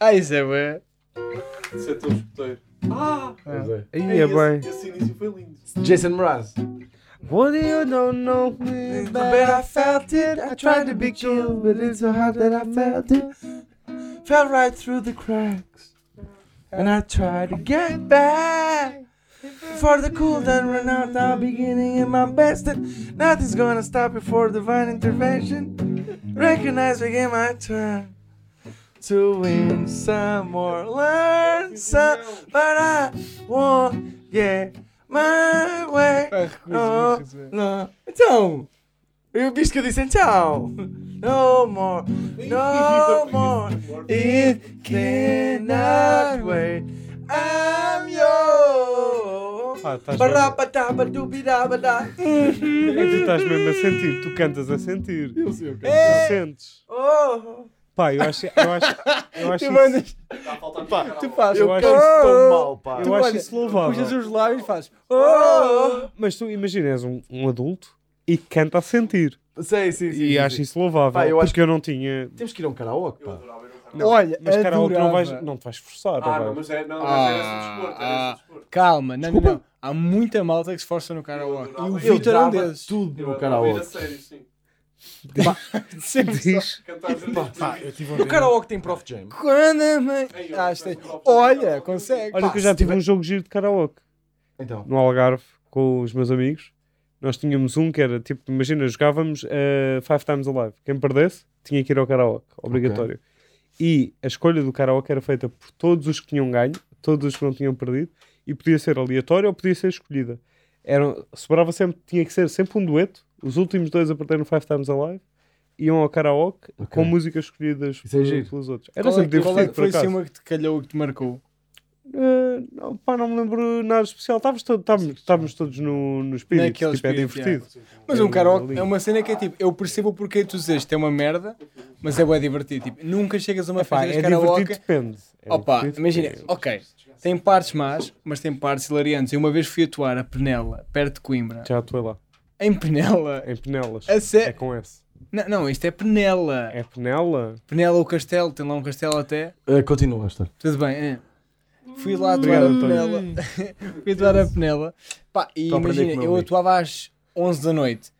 Ah, isso é bué. Isso é teu escuteiro. Ah! Pois é. Ei, Aí é esse, bem. esse início foi lindo. Jason Mraz. What do you don't know me, but I felt it. I tried to be cool, but it's so hard that I felt it. Fell right through the cracks. And I tried to get back. For the cool done ran out, now beginning in my best. And nothing's gonna stop before divine intervention. Recognize again my turn. To win some or learn some. But I won't get my way. É, Ah, Oh, no. Então, eu bicho que eu disse então. No more. No more. It cannot wait. I'm yours. Ah, estás mesmo- Barabadabadubidabada. é que Uhum. tu estás mesmo a sentir. Tu cantas a sentir. Eu sei o que é. Tu sentes. Oh. Pá, eu acho, eu acho, eu acho Tu isso, mandas, Está a faltar pá, ficar tu lá. fazes. Eu acho isso tão mal, eu pá. acho isso Puxas louvável. os lábios e fazes. Oh. Mas tu imaginas um, um adulto e canta a sentir. Sei, sim, sim. E sim, acho sim. isso louvável. Pá, eu acho porque eu não tinha. Temos que ir a um karaoke, Eu pá. adorava ir ao canal. Não, Olha, mas cara, o que não vais, adorava. não te vais forçar. Ah, não não, vais. mas, é, não, Ah, mas era esse desporto. Era ah. esse desporto. Calma, não, não, Desculpa. não. Há muita malta que se força no karaoke. E o Eu Vitor é um dava desses. tudo Eu no adorava ir a karaoke. sério, sim. Sempre só- Diz. Cantar as músicas. Pá, o karaoke tem Prof. Jam. Quando a mãe. Ei, eu Ah, não isto é- peço um copo de Olha, karaoke. consegue. Olha Pá, que eu já se tive tiver- um jogo giro de karaoke Então. no Algarve com os meus amigos. Nós tínhamos um que era tipo, imagina, jogávamos eh, Five Times Alive. Quem perdesse tinha que ir ao karaoke, obrigatório. E a escolha do karaoke era feita por todos os que tinham ganho, todos os que não tinham perdido, e podia ser aleatória ou podia ser escolhida. Era, sobrava sempre, tinha que ser sempre um dueto. Os últimos dois a perder no Five Times Alive iam ao karaoke Ok. com músicas escolhidas Isso é por- giro. pelos outros. Era Qual é sempre que- qual é divertido, que por foi acaso. assim uma que te calhou e que te marcou? Uh, não, pá, não me lembro nada especial. Estávamos to- estávamos- estávamos todos no, no espírito. Naquele tipo, é espírito, divertido. Mas É um karaoke ali. é uma cena que é tipo, eu percebo porque tu dizes que é uma merda, mas é bué divertido. Tipo, nunca chegas a uma Pá, festa de é karaoke. divertido, depende. É Opa, divertido, imagina, depende. ok, tem partes más, mas tem partes hilariantes. Eu uma vez fui atuar a Penela, perto de Coimbra. Já atuei lá. Em Penela? Em Penelas. A É sério? com S. Não, não, isto é Penela. É Penela? Penela o castelo, tem lá um castelo até. Eh, Continua, Astor. Tudo bem, é. Fui lá atuar Obrigado, a António. Penela. Fui atuar a Penela. Pá, e Estou a aprender imagina, com o meu eu amigo. atuava às 11 da noite.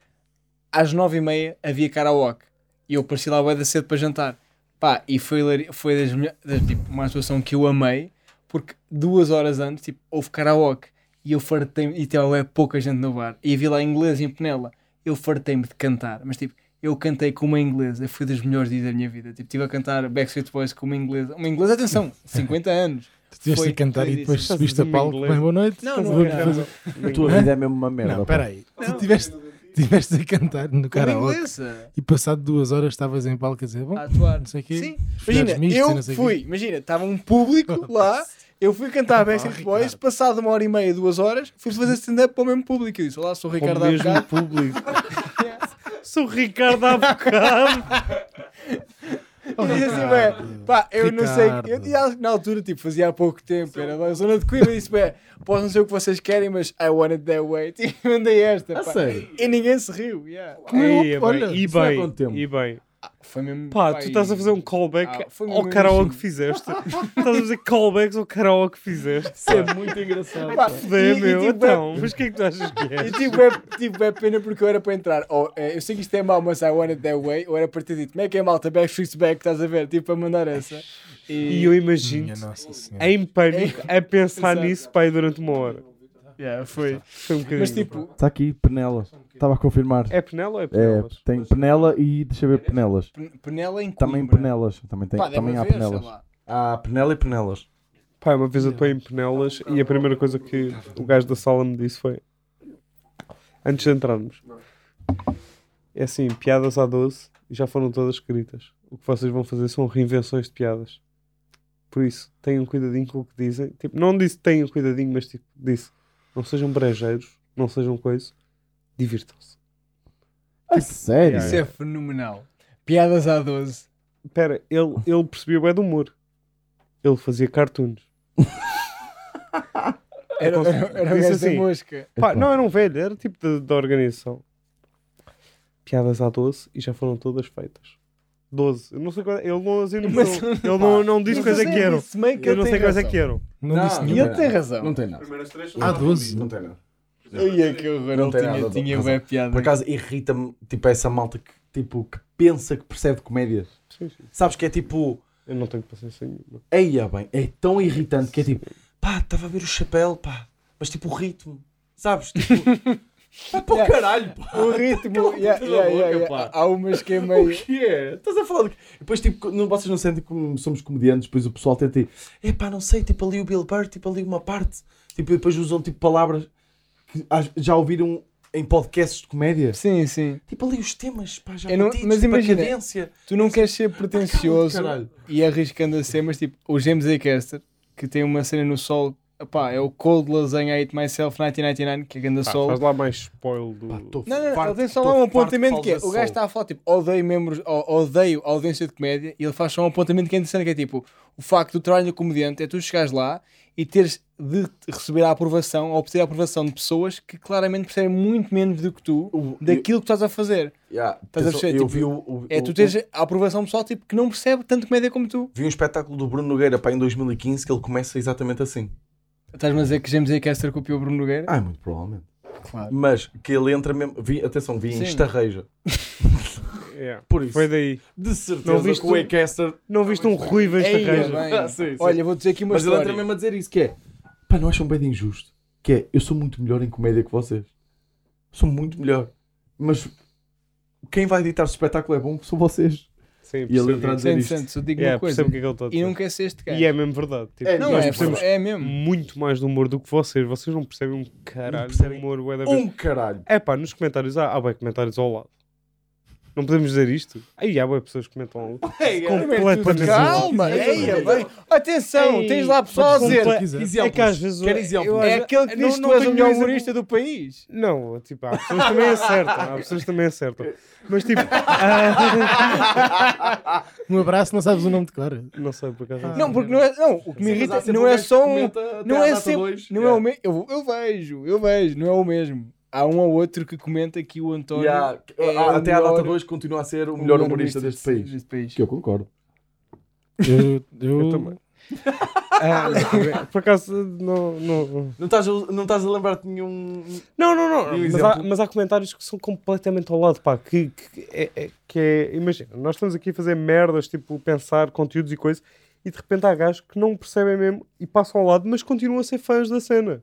Às 9 e meia havia karaoke. E eu pareci lá bué da cedo para jantar. Pá, e foi, hilari- foi das, melho- das, tipo, uma atuação que eu amei. Porque duas horas antes, tipo, houve karaoke. E eu fartei-me, e tinha bué pouca gente no bar. E havia lá inglês em Penela. Eu fartei-me de cantar. Mas tipo, eu cantei com uma inglesa. Foi dos melhores dias da minha vida. Tipo, estive a cantar Backstreet Boys com uma inglesa. Uma inglesa, atenção, 50 anos. Tu tiveste Foi a cantar e ridículo. depois subiste a palco. Inglês. Bem, boa noite. Não, não é Vou era. fazer- A tua vida é mesmo uma merda. Não, pá. peraí. Tu tiveste, tiveste a cantar no Uma karaoke inglesa e passado duas horas estavas em palco a dizer, bom, a atuar. não sei o quê. Ah, Sim. os Imagina, filhos mistos e não eu sei o quê. fui, imagina, estava um público lá, eu fui cantar Backstreet Boys, passado uma hora e meia, duas horas, fui fazer stand-up para o mesmo público. Eu disse, olá, sou o Com Ricardo o mesmo Abacá. público. Sou Ricardo Abacado. Oh, E disse assim, Ricardo. bem, pá, eu não sei, eu, Ricardo. e ela, na altura, tipo, fazia há pouco tempo, era da zona de Coimbra, e disse, bem, posso não ser o que vocês querem, mas I want it that way, e mandei esta, A pá. sério. E ninguém se riu, yeah. Ei, é bem, Olha, e isso não é bem, quanto tempo. e bem. Foi mesmo, Pá, pá, tu estás a e- fazer um callback Ah, foi um ao karaoke que beijinho. fizeste. assim. estás a fazer callbacks ao karaoke que fizeste. Isso é muito engraçado. Pá, Fudeu, e- e meu. tipo, é- então, mas o que é que tu achas que é? E tive é, tive bué pena porque eu era para entrar. ou, eh, eu sei que isto é mau, mas I want it that way. Ou era para ter dito, como é que é malta? Backstreet's back, estás a ver? Tipo, a mandar essa. E E, eu Minha imagino nossa senhora. em pânico a pensar Exato. nisso pai durante uma hora. Yeah, foi. Foi um bocadinho. Mas tipo, Está Tá aqui, Penela. Estava a confirmar. é Penela ou é É, Penelas? tem Penela e deixa eu ver Penelas. Pen- Penela em Coimbra. Também Penelas. Também, tem, Pá, deve também há haver, sei Penelas. lá. Há Penela e Penelas. Pá, uma vez eu estou em Penelas e a primeira coisa que o gajo da sala me disse foi antes de entrarmos. É assim, piadas à 12 já foram todas escritas. O que vocês vão fazer são reinvenções de piadas. Por isso, tenham cuidadinho com o que dizem. Tipo, não disse tenham cuidadinho, mas tipo, disse não sejam brejeiros, não sejam coisa, divirtam-se. A sério? Isso é fenomenal. Piadas à 12. Pera, ele, ele percebia bem do humor. Ele fazia cartoons. Era, era, era o Disse gajo assim. da mosca. Pá, não era um velho, era tipo da- da organização. Piadas à doce e já foram todas feitas. 12. Eu não sei qual é. Ele não as Mas- enumerou. Ele não, não disse Mas quais é que ele eram. disse bem que Eu não tem sei quais é razão. que eram. Não, disse não. nenhum. E ele tem razão. Não tem nada. Primeiras três Há 12. Não tem nada. Ai, é que horror. Não Ele tem tinha, nada, tinha razão. bué piada. Por acaso irrita-me, tipo, essa malta que, tipo, que pensa que percebe comédias. Sim, sim. Sabes que é tipo, Eu não tenho paciência nenhuma. eia bem, é tão irritante que é tipo, pá, estava a ver o chapéu, pá, mas tipo o ritmo, sabes? Tipo, pá, para o Yeah. caralho, pá. O ritmo. yeah, puta yeah, da yeah, boca, yeah. Há umas que é meio. O que é? Estás a falar do quê? E Depois, tipo, não, vocês não sentem como somos comediantes, depois o pessoal tenta ir, é pá, não sei, tipo ali o Bill Burr, tipo ali uma parte, tipo, e depois usam tipo palavras que às- já ouviram em podcasts de comédia. Sim, sim. Tipo ali os temas, pá, já Eu não- batidos, mas tipo, a imagina, cadência. Tu não queres ser Ah, pretencioso caralho. e arriscando a ser, mas tipo, o James A. Caster, que tem uma cena no sol, opá, é o Cold Lasagna I Eat Myself 1999, que é grande Pá, sol. faz lá mais spoiler do. Pá, tô Não, não, não, farto, ele tem só tô lá um farto de apontamento que é, falas o a gajo sol. está a falar, tipo, odeio membros, o- odeio a audiência de comédia, e ele faz só um apontamento que é interessante, que é tipo, o facto do trabalho do comediante é tu chegares lá e teres de te receber a aprovação, ou obter a aprovação de pessoas que claramente percebem muito menos do que tu, O- daquilo que tu estás a fazer. Yeah, Estás a eu- perceber, Eu tipo, vi, o, o- É o- tu teres a aprovação pessoal, tipo, que não percebe tanto comédia como tu. vi um espetáculo do Bruno Nogueira pá, em 2015 que ele começa exatamente assim. Estás-me a dizer que James A. Caster copiou o Bruno Nogueira? Ah, muito provavelmente. claro. Mas que ele entra mesmo. Vi, atenção, vi em Sim. estarreja. Yeah. Por isso. É, Foi daí. De certeza Não viste que o o- Ecaster. Não viste um Rui Ei, Vesterreja? bem. Ah, sim, sim. Olha, vou dizer aqui uma Mas ele entra história. mesmo a dizer isso: que é. Pá, não acham bem de injusto? Que é. Eu sou muito melhor em comédia que vocês. Sou muito melhor. Mas quem vai editar o espetáculo é bom, são vocês. Sim, E ele percebo. entra a Sente, dizer isto. sente, só digo Yeah, uma coisa. percebo o que é que ele está a E não dizer. quer ser este gajo. E é mesmo verdade. Tipo, É, nós não, é, percebemos é mesmo. muito mais do humor do que vocês. Vocês não percebem um caralho do percebem humor. bué da vez. Um caralho. É pá, nos comentários há, há bué comentários ao lado. Não podemos dizer isto? Aí há bué pessoas que comentam ao lado. é- Completamente. Calma, eia, bem. Atenção, Ei, tens lá pessoal a Como dizer. tu quiseres. É que às vezes... Quer exemplo? eu É acho- aquele que não- diz que não tu és tenho o melhor exemplo. humorista do país. Não, tipo, há pessoas que também acertam. Há pessoas que também acertam. Mas tipo... ah, Um abraço, não sabes o nome de cara. não sei, por acaso... Ah, Não, porque não é. Não, o que me irrita não é só um. Não é sempre. Não é o mesmo. Eu, eu vejo, eu vejo, não é o mesmo. Há um ou outro que comenta que o António. Yeah, é a- o até à melhor- data 2 continua a ser o melhor humorista deste país. Que eu concordo. Eu, eu, Eu também. Ah, não, por acaso, não... não... Não estás a, não estás a lembrar-te de nenhum. Não, não, não. E um mas, exemplo? há, mas há comentários que são completamente ao lado, pá. Que, que, é, é- que é. Imagina, nós estamos aqui a fazer merdas, tipo, pensar conteúdos e coisas, e de repente há gajos que não percebem mesmo e passam ao lado, mas continuam a ser fãs da cena.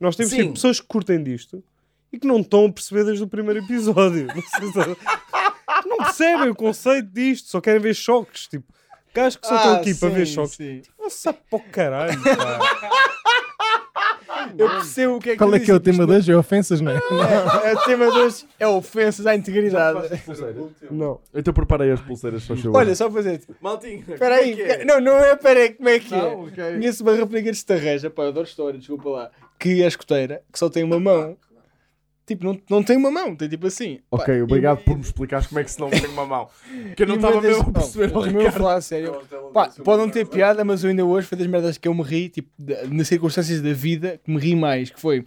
Nós temos Sim. tipo, pessoas que curtem disto e que não estão a perceber desde o primeiro episódio. Não, sei se- não percebem o conceito disto, só querem ver choques. Tipo, gajos que só Ah, estão aqui para ver choques. Tipo, Nossa, pô, caralho, pá. Eu percebo o que é que Qual é tu que é o dizes. tema de hoje? É ofensas, não é? É, o tema de hoje é ofensas à integridade. Não. Então preparei as pulseiras, se faz favor. Olha, só fazer. Maltinho, Espera aí. Não, não é. Espera aí, como é que é? Conheço uma rapariga de estarreja, pá, eu adoro história, desculpa lá, que é escoteira, que só tem uma mão. Tipo, não, não tem uma mão, tem tipo assim. Pá, Ok, e- obrigado e- por me explicares como é que se não tem uma mão. Que eu não e estava uma das- mesmo a perceber. Não, Mas eu vou falar a sério. Pá, pode não ter piada, mas eu ainda hoje foi das merdas que eu me ri, tipo, da- nas circunstâncias da vida, que me ri mais, que foi,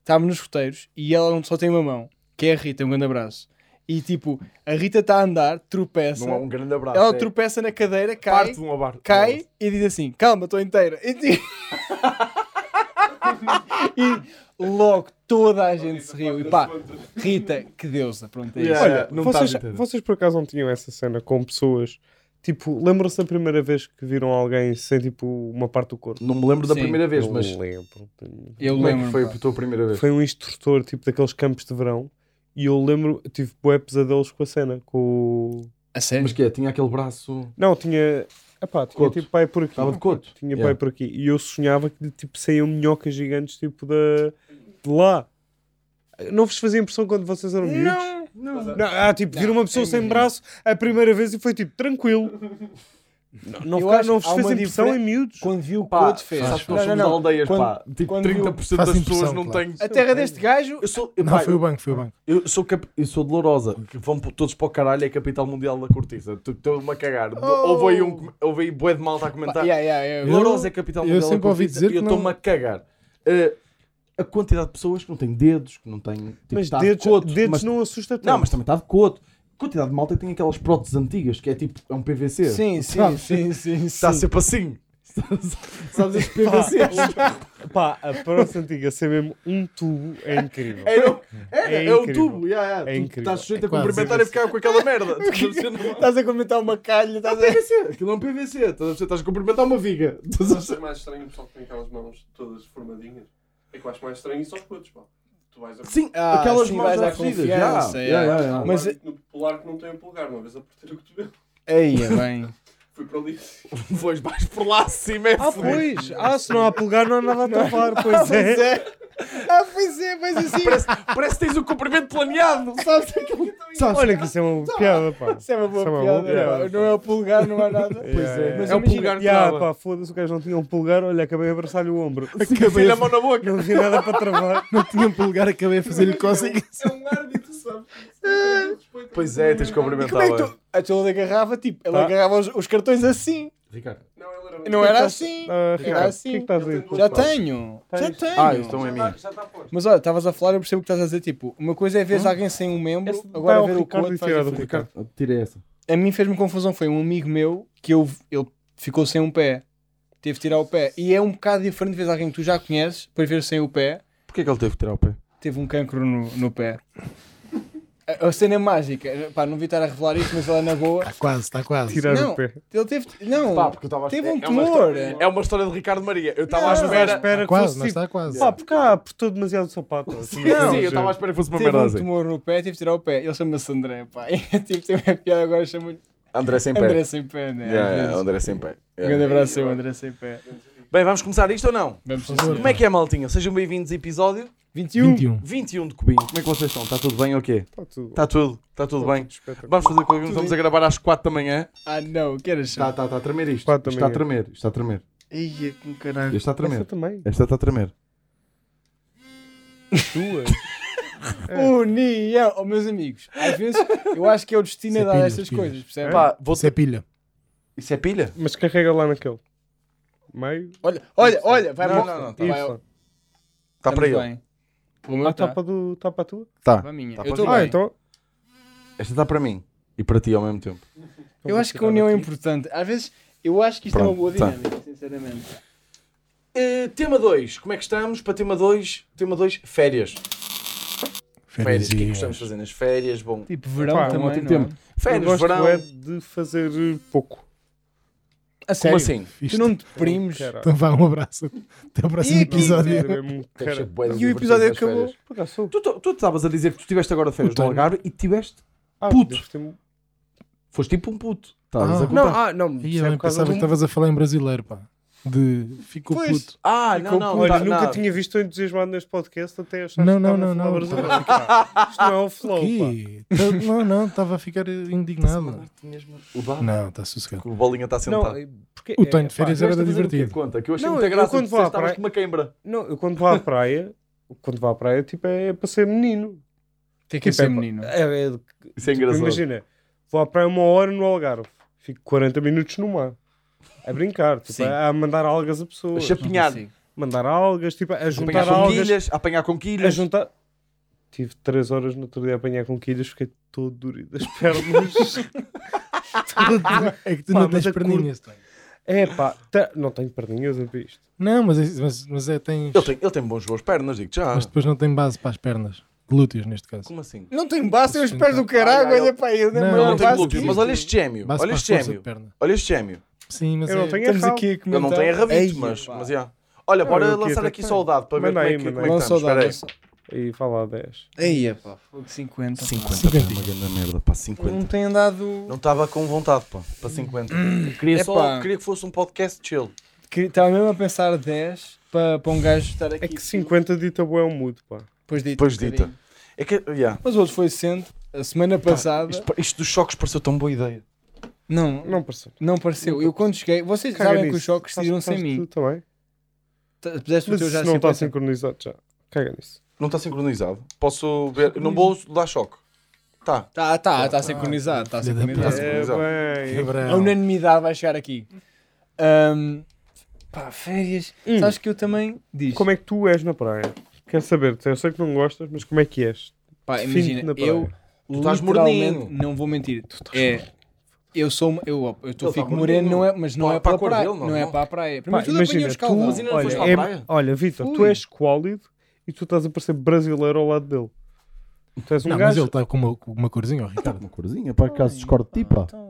estávamos nos roteiros e ela não- só tem uma mão, que é a Rita, um grande abraço. E tipo, a Rita está a andar, tropeça, Não há um grande abraço. ela é tropeça na cadeira, cai, parte de um abraço. cai e diz assim: Calma, estou inteira. E, ti- E logo toda a gente se riu. E pá, Rita, que deusa. Pronto, é isso. Yeah. Olha, não vocês, estás a entender. vocês por acaso não tinham essa cena com pessoas? Tipo, lembram-se da primeira vez que viram alguém sem tipo uma parte do corpo? Não me lembro da Sim. primeira vez, Eu mas. lembro. Eu Como é que lembro. foi a tua primeira vez? Foi um instrutor tipo daqueles campos de verão e eu lembro, eu tive bué pesadelos com a cena, com o... A sério? Mas que é? Tinha aquele braço. Não, tinha... Epá, tinha Coto. tipo pai por aqui. Estava de coto. Tinha Yeah. pai por aqui. E eu sonhava que tipo saíam minhocas gigantes tipo da... de lá. Não vos fazia impressão quando vocês eram miúdos? Não, Não, ah, tipo, vir Não, uma pessoa é sem mesmo. braço a primeira vez e foi tipo, tranquilo. Não, não, Eu fica- acho não que há vos fez uma impressão diferen- em miúdos. Quando viu o Pá, Couto fez. sabes que nós Não, não, somos não. aldeias, pá. Quando- Tipo, quando- 30% Faz das pessoas impressão, não claro. têm. A terra deste gajo. Eu sou. Não, pá, foi o banco, foi o banco. Eu sou, cap... eu sou de Lourosa, que vão p- todos para o caralho, é a capital mundial da cortiça. Tu- Estou-me a cagar. Oh! Houve aí, um... com- Houve aí bué de malta a Pá, comentar. yeah, yeah, yeah. Eu- Lourosa é a capital eu mundial da sempre ouvi cortiça dizer e eu que estou-me não- a cagar. Eh, a quantidade de pessoas que não têm dedos, que não têm... Tipo, Mas tá dedos, de coto, dedos mas... não assusta tanto. Não, mas também está de coto. quantidade de malta que tem aquelas próteses antigas, que é tipo, é um PVC. Sim, sim, sim, sim. Está sim. sempre assim. Sabes esses PVCs? Pá, a próxima antiga ser mesmo um tubo é incrível. É, não- é, É é um incrível. tubo. Yeah, yeah. É tu incrível. estás sujeito É a quase cumprimentar e ficar com aquela merda. é um Estás a comentar uma calha, Não, estás a. PVC. Aquilo é um PVC. Estás a perceber? Estás a cumprimentar uma viga. Estás a Mas perceber? é mais estranho o pessoal que tem aquelas mãos todas formadinhas. É que eu acho mais estranho isso aos putos, pá. Tu vais a Sim, Ah, aquelas sim, mãos vais à já cozidas. confiança, Yeah, yeah, yeah. yeah, yeah. Mas- Mas é- no polar que não tem o polegar, uma vez apertei o cotovelo. Aí é bem. Fui para ali. Pois vais por lá acima, é Ah, fudido. pois! Ah, se não há pulgar, não há nada a tapar, pois é. Ah, pois é, mas assim. Parece, parece que tens o cumprimento planeado. Sabes aquilo Olha que isso é uma piada, pá. Isso é uma boa Isso é uma piada. boa não é? Não é o polegar, não há nada. Pois é. Mas é um imagina- pulgar que Ya, trava. pá, foda-se, o gajo não tinha um pulgar, olha, acabei de abraçar-lhe o ombro. Enfiei-lhe a mão na boca. Não tinha nada para travar. Não tinha um polegar, acabei a fazer-lhe cócegas. É um árbitro, sabes? Respeito. Pois é, tens de cumprimentar. Como é que tu. A tua agarrava, tipo, ela Tá. agarrava os, os cartões assim. Ricardo. Não, ele era. Não Então, era assim. Ah, Ricardo, assim. o que é que estás a dizer? Já tenho. Já Tens? tenho. Ah, então é minha. Já está posto. Mas olha, estavas a falar, eu percebo o que estás a dizer. Tipo, uma coisa é ver alguém sem um membro, Esse- agora dá ao ver o Ricardo corpo. e faz tirar do diferença. Ricardo. Tira essa. A mim fez-me confusão. Foi um amigo meu que eu, ele ficou sem um pé. Teve de tirar o pé. E é um bocado diferente de ver alguém que tu já conheces, depois ver sem o pé. Porquê que ele teve que tirar o pé? teve um cancro no, no pé. A, a cena mágica, pá, não vi estar a revelar isto, mas ela na boa. Está quase, está quase. Tirar Não. o pé. Ele teve. Não, Pá, porque eu estava à teve espera- é um uma tumor. história- É uma história de Ricardo Maria. Eu estava à Não. Espera, espera. espera, que Quase, fosse mas tipo... está quase. Pá, porque há, apertou demasiado sapato. assim, Não. Sim, assim, eu tá- estava à já. espera que fosse uma teve merda um assim. tumor no pé, teve de tirar o pé. Ele chama-se André, pá. E, tipo, tem uma piada agora, chama-lhe André sem André sem pé, né? Um Yeah, Às yeah, vezes. André sem pé. Um Yeah. grande abraço, seu André sem pé. Bem, vamos começar isto ou não? Vamos sim, favor. senhor. Como é que é, maltinha? Sejam bem-vindos ao episódio 21. 21. 21 de Cubinho. Como é que vocês estão? Está tudo bem ou quê? Está tudo. Está tudo, está tudo bem. Espetáculo. Vamos fazer coisa, estamos a gravar às 4 da manhã. Ah, não, que era Está, chato. está, está a tremer isto. Quatro da Está a manhã. tremer, está a tremer. Ia com caralho. Este está a Essa tremer. também. Esta está a tremer. Duas. É. União! Oh, meus amigos, às vezes eu acho que é o destino a Isso é dar pilhas, estas pilhas. coisas, percebe? Pá, Ah, vou- Isso é pilha. Isso é pilha? Mas carrega lá naquele. Meio. Olha, olha, olha, vai Não, para- não, não, tá vai- Isso. Está estamos para ele. bem. O meu Ah, tá. está para do- está para a tua? Para Está. a minha. Tá eu para tô ti. bem. Ah, então. Esta está para mim e para ti ao mesmo tempo. Eu acho que a união é importante. Às vezes, eu acho que isto é uma Pronto, boa tá. dinâmica, sinceramente. Eh, tema 2. Como é que estamos para tema 2? Tema 2, férias. Férias. O que é que gostamos de fazer nas férias? Bom, Tipo, verão Pá, é um também, ótimo não é? tempo. Eu férias, gosto verão. é de fazer pouco. é A Como sério? assim? Tu Isto. não te deprimes. Caralho. Então vá, um abraço. Até o próximo E- episódio. Fazer É mesmo, Deve ser cara. bué de E o episódio divertido nas acabou. férias. Por acaso sou. Tu- Tu tu estavas a dizer que tu estiveste agora de férias no Puta. Algarve e tiveste. Ah, Puto. deve-te- Foste tipo um puto. Estavas Ah. a Não, contar. ah, não. Ih, isso é eu por causa pensava de que um- estavas a falar em brasileiro, pá. De. Ficou Pois. puto. Ah, não, não. Olha, tá- nunca nada. tinha visto tão entusiasmado neste podcast até achar Não, que não, estava não, a falar não. brasileiro, pá. Isto não é o flow, pá. Ih, tá- Não, não, estava a ficar indignado. O Dado, Não, está sossegado. que o Bolinha está sentado. Não, é- porque, O Tony é, de pá, férias Tiveste era a fazer o quê? divertido. Conta, que eu achei Não, muita eu graça quando de vou à dizer estavas praia- com uma queimbra. Não, eu quando vou à praia, quando vou à praia, tipo, é para ser menino. Tem que Tipo, ser é- menino. É, é, tipo, Isso é engraçado. imagina, vou à praia uma hora no Algarve, fico 40 minutos no mar. A brincar, tipo, Sim. a, a mandar algas a A pessoas. chapinhar. Não consigo. Mandar algas, tipo, a A juntar apanhar com algas. quilhas. A apanhar com A quilhas. juntar... Tive 3 horas no outro dia a apanhar com quilhas, fiquei todo duro das pernas. É que tu Pá, não mas tens a cur- perninhas. Tony. É pá, tá- não tenho perninhas a isto. Não, mas, é- mas, mas é, tens. Ele tem, ele tem bons boas pernas, digo já. Mas depois não tem base para as pernas. Glúteos, neste caso. Como assim? Não tem baço, eu espero do Ai, caralho, ai, olha para aí. Não, Não, não tem base glúteos, que- mas olha este gêmeo. Base Olha para a este força de gêmeo. perna. Olha este gêmeo. Sim, mas Eu não é- tenho Estamos rabo. aqui a Ele comentar. não tem a Então, Ei, rabito, mas, pá. mas já. Olha, eu bora queria lançar ter aqui que- saudade para ver como Manda é que, aí, como é manda que Não estamos. Espera aí. só dá- E vai lá 10. Ei, pá, fogo, 50. pá. 50 pá, é uma grande merda, pá, 50. Não tem andado. Não estava com vontade, pá, para 50. Queria, É só, pá. queria que fosse um podcast chill. Que- Estava mesmo a pensar 10 para para um gajo estar aqui. É que 50 de Itabu é um mudo, pá. Depois dita. Depois um dita. bocadinho. É que, yeah. Mas hoje foi sendo. A semana passada. isto, pa- isto dos choques pareceu tão boa ideia. Não, Não pareceu. Não pareceu. Eu quando cheguei, vocês Caga sabem que nisso. os choques Faz- saíram sem faz mim. Tu também. T- Puseste o Mas teu já é isso não tá está 50. sincronizado já. Caga nisso. Não está sincronizado. Posso ver. Não vou dar choque. Tá. Tá, tá, Ah, está sincronizado, está Filha da Tá sincronizado. puta. É sincronizado. bem. A Abraão. unanimidade vai chegar aqui. Ahm, pá, férias. Hum. Sabes que eu também diz. Como é que tu és na praia? Quero saber, eu sei que não gostas, mas como é que és? Pá, Fim imagina, na praia. eu Tu estás morninho. Não vou mentir. é. Eu sou. Eu, eu, tô- Ele tá fico moreno, morninho. não é, mas não Pá, pá, é para a a cor praia. dele, não, não, é não. para a praia. Pá, Primeiro tudo apanhei imagina, os tu, caldos. Mas ainda não olha, foste para a é, praia? olha Vitor, tu Fui. és esquálido e tu estás a parecer brasileiro ao lado dele. Tu és um Não, mas ele gajo, está com uma, com uma corzinha, ó, Ricardo. Tá Uma corzinha, para acaso discordo de ti, pá. tá,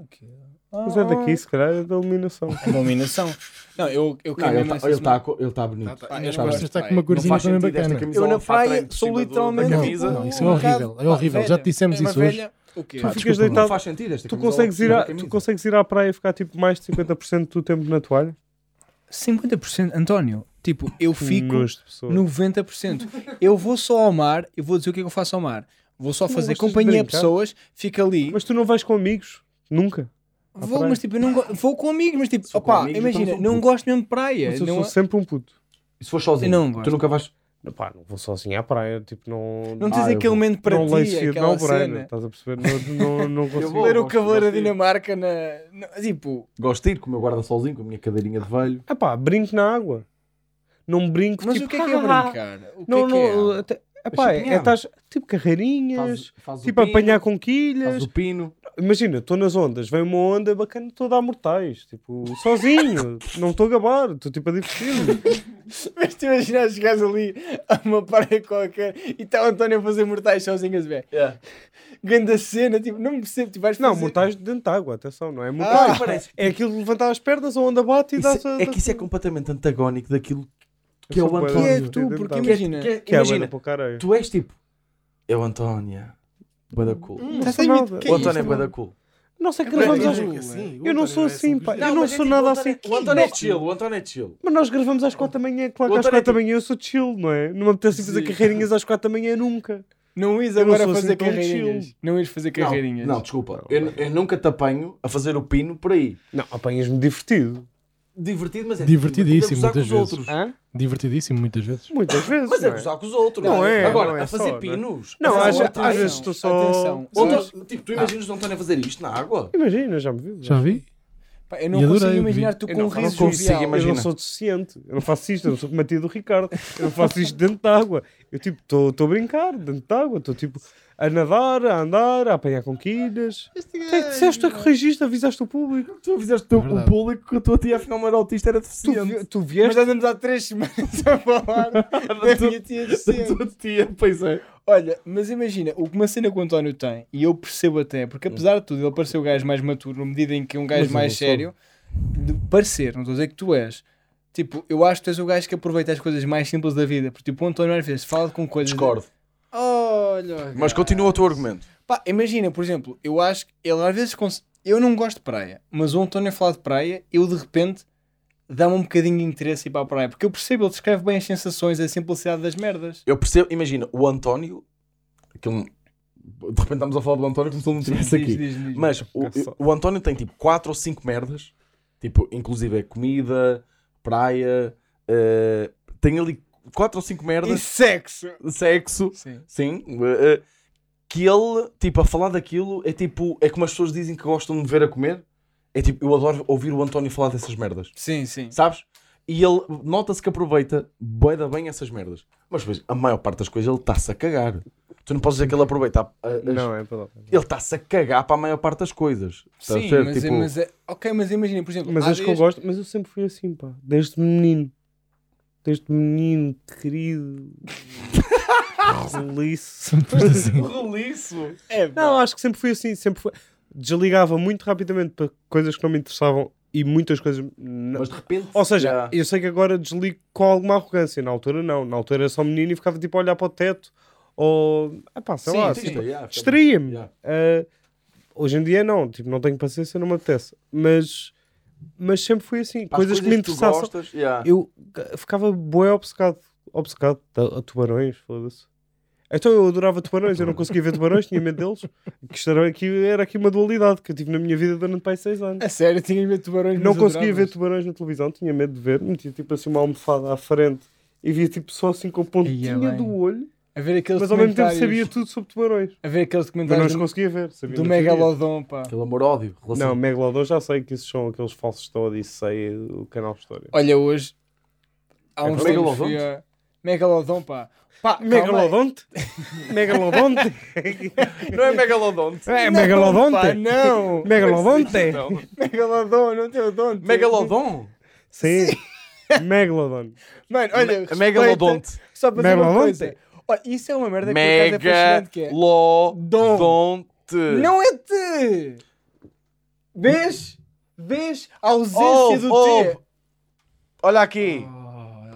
mas é daqui, se calhar é da iluminação. É iluminação. Não, eu, eu Não, quero ele mesmo está essa ele tá, semana. co- ele tá bonito. Tá, tá. Pá, E nas eu não costas gosto, está pá, com uma eu- corzinha também bacana. Eu na praia sou literalmente. Não, um- não, isso é um horrível, bocado- é horrível, pá, já te dissemos velha, isso mas hoje. velha, O quê? Tu Ah, ficas desculpa, deitado, Não faz sentido esta tipo um tu camisola consegues, ir na é à, camisa. tu consegues ir à praia e ficar tipo mais de 50% do tempo na toalha? 50%, António. Tipo, eu fico Nojo de pessoa. 90%. Eu vou só ao mar, eu vou dizer o que é que eu faço ao mar. Vou só fazer gostas de companhia a brincar? pessoas, fico ali. Mas tu não vais com amigos? Nunca? à vou, praia? mas tipo, eu não go- vou com amigos, mas tipo, Se for com opá, amigos, imagina, então Ah, tá sou não puto. gosto mesmo de praia. Mas eu É, não, sou sempre um puto. E se for sozinho, Eu não gosto. tu nunca vais. Não, Pá, não vou sozinho à praia, tipo, não... não tens Ah, eu aquele vou- momento para não leio ti, cedo aquela na Obreira, cena. estás a perceber? Não, não, não consigo. vou. Ler o Gosto, Cavaleiro gosto da Dinamarca na... na- Tipo, Gosto de ir com o meu guarda sozinho, com a minha cadeirinha de velho. Ah pá, brinco na água. Não brinco, mas tipo... o que é que é "Ah, ah, ah". brincar? O que Não, é que é? não, até- ah pá, é, chapinhar. estás tipo carreirinhas, Faz, faz tipo o pino, apanhar Faz conquilhas. o pino. Imagina, estou nas ondas, vem uma onda bacana, estou a dar mortais, tipo, sozinho, não estou a gabar, estou tipo a divertir-me. Mas tu imaginas chegares ali a uma praia qualquer e está o António a fazer mortais sozinhas, bem. Yeah. Grande cena, tipo, não me percebo, tipo, vais fazer... Não, mortais dentro de água, atenção, não é mortais. é- Ah. Parece. É aquilo de levantar as pernas, a onda bate e Isso- dá-se. é que isso é completamente antagónico daquilo Eu que é sou o bué da Que é António. divertido tu, dentro porque de água. imagina... Que é- Que é a imagina, banda para o caralho. tu és tipo. É o António. Bada cool. Não Estás sou a imitar- nada. que é O isto, António é mano? bada cool. Não sei que Mas gravamos é às... que- Eu não sou assim, pá. Eu não mas é tipo, o sou nada António- assim. O António é chill, o António é chill. Mas nós gravamos às 4 da manhã, claro O que às António é tipo- 4 da manhã eu sou chill, não é? Não me apetece fazer Sim. carreirinhas às 4 da manhã é nunca. Não ires Eu não agora sou fazer assim tão carreirinhas. chill. Não ires fazer Não, carreirinhas. Não, desculpa. Eu, eu nunca te apanho a fazer o pino por aí. Não, apanhas-me divertido. Divertido, mas é Divertidíssimo, divertido a gozar com muitas os vezes. outros. Hã? Divertidíssimo muitas vezes. Muitas vezes. Mas é não é? gozar com os outros. Não é, Agora, não é a fazer só, pinos. Não, a às, fazer acho- outros. às vezes estou só. Atenção. Onde- Sabes- Tipo, tu imaginas o António a fazer isto na água? Imagina, já me viu. Já vi? Pá, eu não E adorei consigo o imaginar vídeo. tu Eu com um não- não riso consigo jovial. imaginar. Eu não sou deficiente, eu não faço isto, eu não sou como a tia do Ricardo, eu não faço isto dentro de água. Eu tipo, estou a brincar dentro de água, estou tipo a nadar, a andar, a apanhar conquilhas. Tu disseste, tu é que corrigiste, avisaste o público. Tu fizeste teu- Verdade. o público que a tua tia afinal não era autista, era Tu, deficiente. vi- tu Mas vieste. já andamos há três semanas a falar é da minha tia de A sempre. tua tia, pois é. Olha, mas imagina, o que uma cena que o António tem, e eu percebo até, porque apesar de tudo ele pareceu o gajo mais maturo, na medida em que é um gajo Mas eu mais não sou. sério, de parecer, não estou a dizer que tu és, tipo, eu acho que tu és o gajo que aproveita as coisas mais simples da vida, porque tipo, o António às vezes fala com coisas... Discordo. Olha... Mas continua o teu argumento. Pá, imagina, por exemplo, eu acho que ele às vezes. cons- Eu não gosto de praia, mas o António a falar de praia, eu de repente dá-me um bocadinho de interesse ir para a praia, porque eu percebo, ele descreve bem as sensações, a simplicidade das merdas. Eu percebo, imagina, o António. aquele- de repente estamos a falar do António como se ele não estivesse aqui. diz, diz. Mas o, Engraçado. o António tem tipo 4 ou 5 merdas, tipo, inclusive é comida, praia, eh, tem ali 4 ou 5 E merdas, sexo! sexo, Sim. sim, eh, eh, que ele, tipo, a falar daquilo é tipo, é como as pessoas dizem que gostam de me ver a comer, é tipo, eu adoro ouvir o António falar dessas merdas, Sim, sim. sabes? E ele nota-se que aproveita boeda bem essas merdas. Mas pois, a maior parte das coisas ele está-se a cagar. Tu não podes dizer que ele aproveita a- a- as- Não, é para lá. ele está-se a cagar para a maior parte das coisas. Estás a Sim, ver? mas, Tipo, mas é- ok, mas imagina, por exemplo, Tá Mas há acho que eu dias- gosto, mas eu sempre fui assim, pá, desde menino. Desde menino, querido. Reliço. Sempre assim. Roliço! É, pá. Não, acho que sempre fui assim, sempre fui. Desligava muito rapidamente para coisas que não me interessavam e muitas coisas. não- Mas de repente. Ou seja, já- eu sei que agora desligo com alguma arrogância. Na altura não. Na altura era só menino e ficava tipo a olhar para o teto. Ou. Ah, pá, sei Sim, lá. sim. tipo, já, Distraía-me. já. Ah, hoje em dia não. Tipo, não tenho paciência, não me apetece. Mas, mas sempre fui assim. Para as coisas, que me tu interessassem. gostas, já. Ah. Eu ca- ficava bué obcecado. Obcecado tá, a, a tubarões, foda-se. Então eu adorava tubarões, eu não conseguia ver tubarões, tinha medo deles. Que estarão aqui, era aqui uma dualidade que eu tive na minha vida durante pai 6 anos. A sério, tinha medo de tubarões. Não É, mas conseguia ver adoravas. tubarões na televisão, tinha medo de ver, metia tipo assim uma almofada à frente e via tipo só assim com a pontinha Ia bem. do olho, A ver aqueles mas ao mesmo tempo documentários- sabia tudo sobre tubarões. A ver aqueles Mas não comentários os conseguia ver, sabia. do, do na teoria. Megalodon, pá. Aquele amor-ódio. relação- Não, Megalodon já sei que esses são aqueles falsos da Odisseia, do canal História. Olha, hoje há É uns para tempos Megalodon? fui a- Megalodon, pá. Pá, calma aí. Megalodonte? Megalodonte? Não é megalodonte. É Não, megalodonte? pá, não. é Megalodonte? é. Megalodon, não tem odonte. Megalodon? Sim. Megalodon. Mano, olha. É Megalodonte. respeita- Só para dizer uma Megalodonte. coisa. Olha, isso é uma merda que eu até fascinante que é. Megalodonte. Não é te. Vês? Vês a ausência Ouve, do ouve. T? Olha aqui.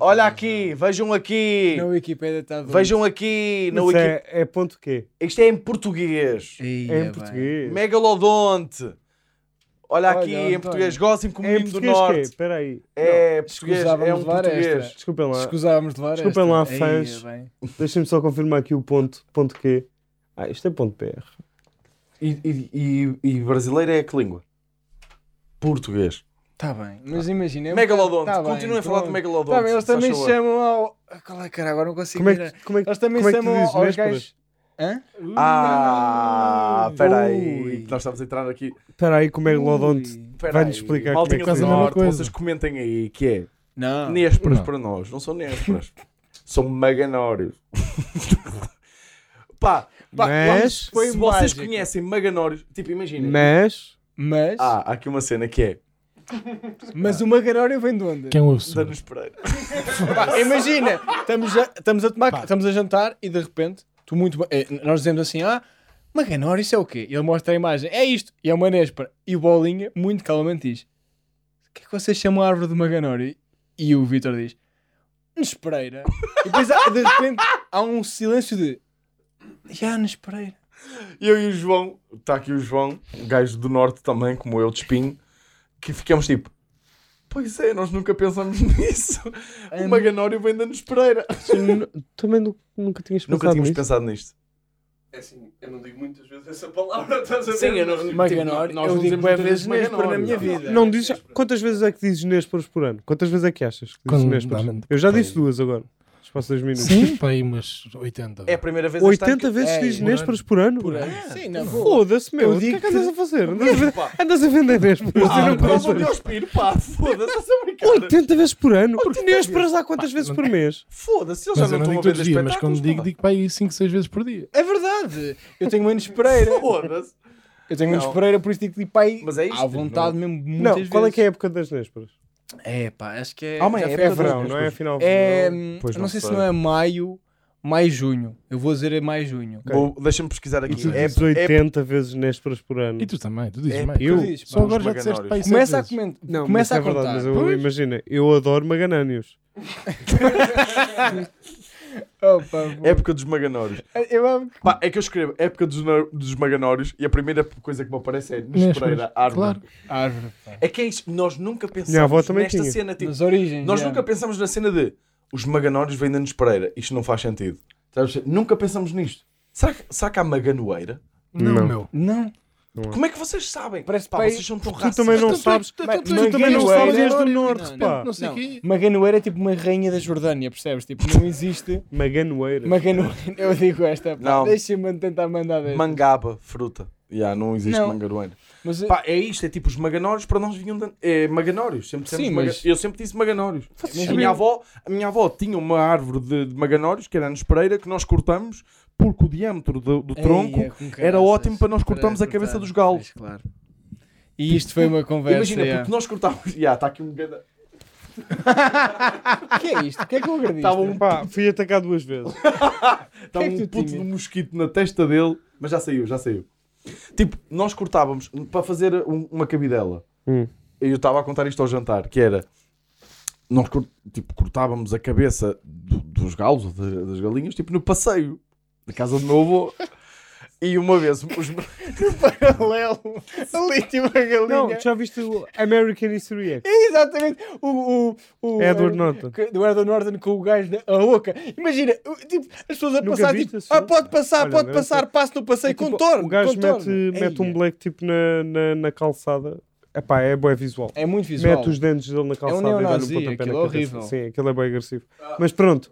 Olha aqui. Vejam aqui. Na Wikipédia tá está doente. Vejam aqui. Na Isso Wiki... é, é ponto quê? Isto é em português. Ia, É bem. em português. Megalodonte. Olha Olha, aqui em António. português. Gozem como É em mimo do português quê? norte. Espera aí. É português. Escusávamos É um levar português. esta. Desculpem lá. Escusávamos de levar Desculpem esta. lá, Ia, fãs. bem. Deixem-me só confirmar aqui o ponto. Ponto quê? Ah, isto é ponto PR. E, e- e- e brasileiro é que língua? Português. Está Tá bem, Ah. mas imagina. é um Megalodonte. bocado- tá bem, Continuem a falar de pronto. megalodonte. Tá bem, eles se faz também favor. chamam ao. Ah, Qual é, cara? Agora não consigo. Como é virar. que, como é, que- Eles também como é que tu chamam dizes aos nésperas? gajos. Hã? Ah, Hum. espera aí. Ui. que Nós estamos a entrar aqui. Espera aí que o Megalodonte... Ui. Espera Vai-nos aí. explicar como é Maltinha que Quase do a mesma norte, coisa. vocês comentem aí que é Não. nésperas Ah. Não. para nós. Não são nésperas. são maganórios. Pá, pá, Mas- vamos- se Foi vocês mágico. conhecem maganórios, tipo, imaginem. Mas... Mas, Ah, há aqui uma cena que é mas o Magarório vem de onde? Que é um absurdo. Danos Pereira. Pá, imagina, estamos a, estamos a tomar, estamos a jantar e de repente, tu muito bem- eh, nós dizemos assim: ah, Maganório, isso é o quê? E ele mostra a imagem, é isto, e é uma néspera. E o Bolinha, muito calmamente, diz: O que é que vocês chamam a árvore de Maganório? E o Vitor diz: Nespereira. E depois, há- de repente, há um silêncio de: Já, Nespereira. Eu e o João, está aqui o João, um gajo do norte também, como eu, de espinho, que ficamos tipo. Pois é, nós nunca pensamos nisso. O Hum. Maganório vem Danos Pereira. Também nu- nunca tinhas Nunca pensado tínhamos nisso. pensado nisto. É assim, eu não digo muitas vezes essa palavra, estás a ver? Sim, eu não- Mas- Maganório, nós eu não digo dizemos bué muitas vezes vezes Nespera na minha Maganório. vida. tipo, Não dizes... Quantas vezes é que dizes nésperas por ano? Quantas vezes é que achas que dizes Quando- nésperas? dá-me- Eu já disse duas agora. Nos passos dois minutos. Sim, para aí umas 80. É a primeira vez este ano 80 vezes É, dizes por nésperas por ano? Por aí. Sim, na boa. Foda-se, meu. Eu O que digo é que que- andas a fazer? Andas a vender, Pá. andas a vender nésperas. Ah, Eu não pá. Nós conto. vamos ao espiro, pá, foda-se, um estás a brincar. 80 vezes por ano? Nésperas há quantas vezes por mês? Foda-se, eles já Mas eu não estão não a digo ver todos os dias, espetáculos. mas quando digo, pá. digo para aí 5, 6 vezes por dia. É verdade, eu tenho menos Pereira. Foda-se. Eu tenho menos Não. Pereira, por isso digo que tipo aí Mas é isto, à vontade mesmo. Não, Muitas qual é que é a vezes. época das nésperas? é? pá, acho que é. Ah, mas já é foi época há É das dois- verão, não é final de É, verão. hum, Pois não, não sei, sei. se não é maio, maio, junho. Eu vou dizer é maio, junho. Vou- Deixa-me pesquisar aqui. tu É, dizes é, 80 vezes nésperas por ano. E tu também, tu dizes É, mais. eu dizes, Só pá, agora os já disseste é maganórios. para aí 6 Começa a, vezes. coment... Não, mas Começa a é verdade, contar. mas eu, imagina, eu adoro maganânios. Opa, pô. época dos maganórios. Eu amo que- Pá, é que eu escrevo época dos, na- dos maganórios e a primeira coisa que me aparece é Nésperas, Nespereira, árvore. Claro. Árvore, pá. É que é isto. Nós nunca pensamos Minha avó também nesta tinha. cena. Tipo, Nas origens. nós já. nunca pensamos na cena de os maganórios vêm da Nespereira. Isto não faz sentido. Sabes? Nunca pensamos nisto. Será que, será que há maganoeira? Não, Não. meu. Não. Como é que vocês sabem? Parece Pá, pai- vocês são tão Tu também não Então, tu- sabes. tu- Mas- tu- mas Tu também não quem é sabes o desde o Eiro? norte, Não, pá. não Não sei o quê. Maganoeira é tipo uma rainha da Jordânia, percebes? Tipo, não existe Maganoeiras. Maganoeira. Eu digo esta, pá. Não. Deixa-me tentar mandar desta. Mangaba, fruta. Já, não existe Não. mangaroeira. Mas, eh, Pá, é isto, é tipo os maganórios para nós vinham de... é, maganórios, sempre dissemos Sim, maga- mas- eu sempre disse maganórios. Vocês A minha, sabiam? avó, a minha avó tinha uma árvore de, de maganórios, que era a Nespereira, que nós cortamos porque o diâmetro do, do Ei, tronco é com era caraças, ótimo para nós para cortarmos a cortar. cabeça dos galos. Pois, claro. E isto foi uma conversa. Imagina, é. porque nós cortávamos. Já, está aqui um ganda. O que é isto? O que é que eu acredito? Estava um, Pá, fui atacado duas vezes. estava que é que um tu puto de tinhas? mosquito na testa dele, mas já saiu, já saiu. Tipo, nós cortávamos para fazer um- uma cabidela. Hum. eu estava a contar isto ao jantar, que era nós cor- tipo, cortávamos a cabeça do- dos galos ou da- das galinhas tipo no passeio da casa do meu avô. E uma vez os... paralelo. Ali tinha uma galinha. Não, já viste o American History X? É É Exatamente. O, o, o, é, Edward Norton. que- Do Edward Norton com o gajo na a oca. Imagina, o- tipo, as pessoas a Nunca passar, viste tipo, esse ah, filme? pode passar, Olha, pode não, passar, é- passo no passeio, É tipo, contorno. O gajo contorno. mete, mete um é. Eia. black tipo na, na, na calçada. Epá, é boé visual. É muito visual. Mete os dentes dele na É calçada e dá-lhe neonazi, um pontapé na aquilo é cabeça. horrível. Sim, aquilo é bem agressivo. Mas pronto,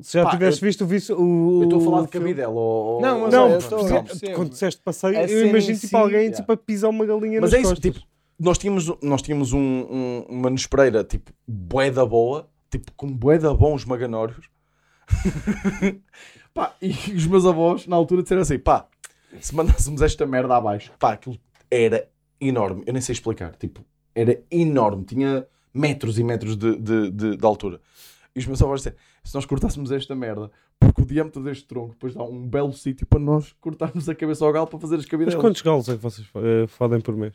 se já Ah. Pá, tivesse visto o vício. O, Eu estou a falar de é, o filme- cabidela. Ou... Não, mas Não, eu porque estou- eu percebo. quando disseste passeio, É A eu cena em imagino tipo si, alguém yeah. tipo a pisar uma galinha Mas nas é isso, costas. tipo, nós tínhamos, nós tínhamos um, um- uma nespereira tipo bué da boa, tipo com bué da bons maganórios, Pá, e os meus avós, na altura, disseram assim: pá, se mandássemos esta merda abaixo, pá, aquilo era enorme. Eu nem sei explicar. Tipo, era enorme. Tinha metros e metros de, de, de, de altura. E os meus avós disseram: se nós cortássemos esta merda, porque o diâmetro deste tronco depois dá um belo sítio para nós cortarmos a cabeça ao galo para fazer as Mas cabeças. quantos galos é que vocês eh, fodem por mês?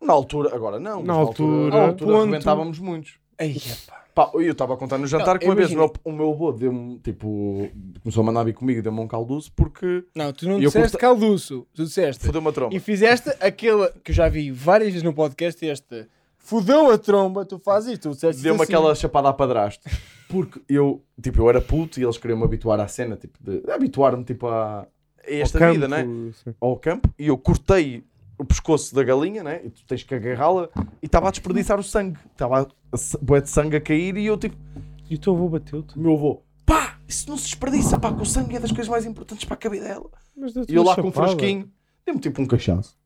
Na altura, agora não. mas Na altura, altura, na altura ponto. arrebentávamos muitos. Ei, epá. Pá, eu estava a contar no jantar Não, que uma vez o imagina- meu, o meu avô deu-me, tipo, começou a mandar vir comigo, deu-me um calduço porque Não, tu não E eu disseste custa- calduço, tu disseste. fodeu uma tromba. E fizeste aquela que eu já vi várias vezes no podcast, este fudeu a tromba, tu fazes isto, tu disseste Deu-me isto assim. aquela chapada a padrasto. Porque eu, tipo, eu era puto e eles queriam me habituar à cena, tipo, de de habituar-me, tipo, a a esta Ao vida, campo, né? sim. Ao campo. E eu cortei o pescoço da galinha, né? E tu tens que agarrá-la. E estava a desperdiçar o sangue. Estava a sa- bué de sangue a cair e eu, tipo, E o teu avô bateu-te? o meu avô, pá, isso não se desperdiça, pá, que o sangue é das coisas mais importantes para a cabidela. Mas deu-te E eu uma lá com um chapada. frasquinho, deu-me tipo um cachaço.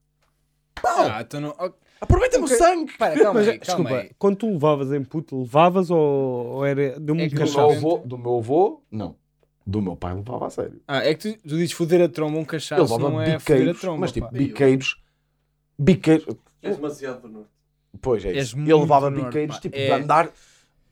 Ah, então não. Oh, Aproveita-me o Ok. sangue! para, calma Mas, é, aí, calma desculpa, aí. quando tu levavas em puto, levavas ou, ou era de um É que Do Cachaço. meu, cachaço? avô, do meu avô, não. Do meu pai levava a sério. Ah, é que tu, tu dizes foder a tromba, um Ele cachaço não levava é foder a biqueiros, tromba. mas tipo, pá. biqueiros, biqueiros, És demasiado do norte. pois é És isso. Ele muito levava norte, biqueiros, pá. tipo, É. de andar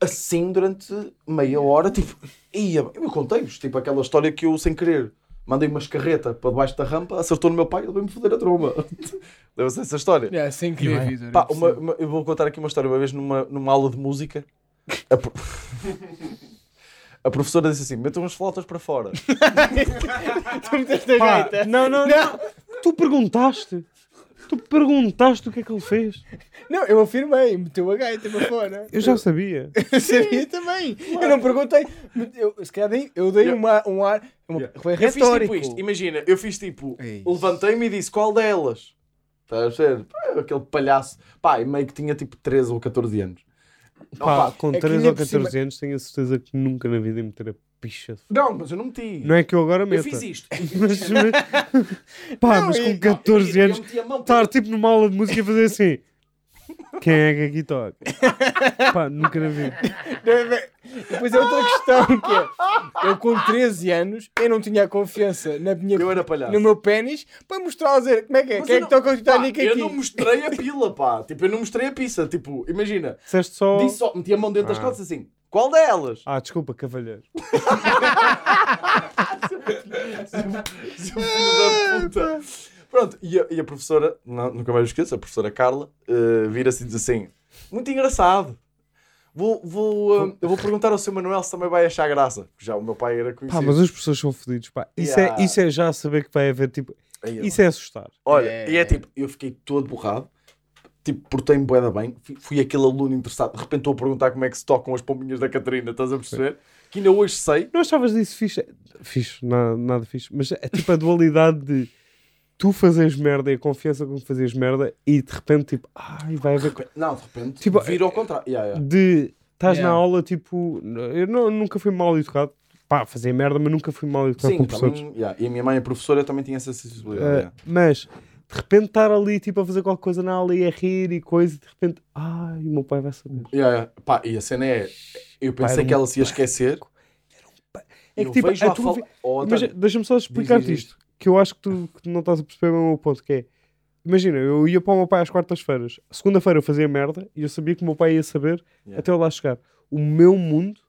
assim durante meia hora, tipo, ia, eu contei-vos, tipo, aquela história que eu, sem querer, mandei uma escarreta para debaixo da rampa, acertou no meu pai, ele veio-me foder a tromba. Lembra-se dessa história? É, sem querer, bem. Vitor. Pá, eu uma- percebo. uma- eu vou contar aqui uma história. Uma vez numa, numa aula de música, a, pro- a professora disse assim: metam as flautas para fora. Tu meteste a Pá, gaita. não, não, não. Tu perguntaste. Tu perguntaste o que é que ele fez. Não, eu afirmei, meteu a gaita para fora. Eu já sabia. Eu sabia também. Eu não perguntei. Eu, se calhar dei, eu dei uma, um ar. Uma, Foi Eu fiz tipo retórico. isto. Imagina, eu fiz tipo: Ei. levantei-me e disse qual delas. Estás a ver? Pá, Aquele palhaço. Pá, e meio que tinha tipo 13 ou 14 anos. Não, Pá, pá, com é que 3 ainda ou por 14 anos tenho a certeza que nunca na vida ia meter a picha. não, mas eu não meti. Não é que eu agora meta. eu fiz isto. Mas, mas- pá, Não, mas e- com 14 Eu anos, meti a mão. estar tipo numa aula de música e fazer assim. Quem é que aqui toca? pá, nunca na vida. Depois é outra questão que é. Eu com 13 anos, eu não tinha a confiança na minha, Eu era palhaço. no meu pênis para mostrar a dizer como é que é. Mas eu Quem é que não- toca o Titanic Pá, aqui? Eu não mostrei a pila, pá. Tipo, eu não mostrei a pizza. Tipo, imagina. Disseste só. Disse só, meti a mão dentro das Ah. calças assim. Qual delas? Ah, desculpa, cavalheiro. Seu filho da puta. Pronto, e a, e a professora, não, nunca mais esqueço, a professora Carla, eh, vira-se e diz assim: Muito engraçado. Vou, vou, eh, eu vou perguntar ao seu Manuel se também vai achar graça. Já o meu pai era Pá, conhecido. mas os professores são fodidos, pá. Isso, Yeah. é, isso é já saber que vai haver tipo. Aí eu- Isso é assustar. Olha, É. e é tipo, eu fiquei todo borrado, tipo, portei-me bué da bem, fui, fui aquele aluno interessado, de repente estou a perguntar como é que se tocam as pombinhas da Catarina, estás a perceber? Que ainda hoje sei. Não achavas disso fixe? Fixe, nada, nada fixe. Mas é tipo a dualidade de tu fazes merda e a confiança com que fazes merda e de repente tipo, ai, vai haver. co- Não, de repente, Tipo, vira ao contrário. Yeah, yeah. De estás na Yeah. aula tipo, eu não- nunca fui mal educado. Pá, fazia merda, mas nunca fui mal educado Sim, tá com professores. também, yeah. e a minha mãe é professora, eu também tinha essa sensibilidade. Ah, yeah. Mas de repente estar ali tipo a fazer qualquer coisa na aula e a rir e coisa e de repente, ai, o meu pai vai saber. Yeah, yeah. Pá, e a cena é, eu pensei era que um ela se ia esquecer. É que tipo, vejo a a tua fal... vi- Oh, António, Imagina, deixa-me só explicar-te diz isto, que eu acho que tu que tu não estás a perceber bem o meu ponto, que é, imagina, eu ia para o meu pai às quartas-feiras, segunda-feira eu fazia merda e eu sabia que o meu pai ia saber Yeah. até eu lá chegar. O meu mundo,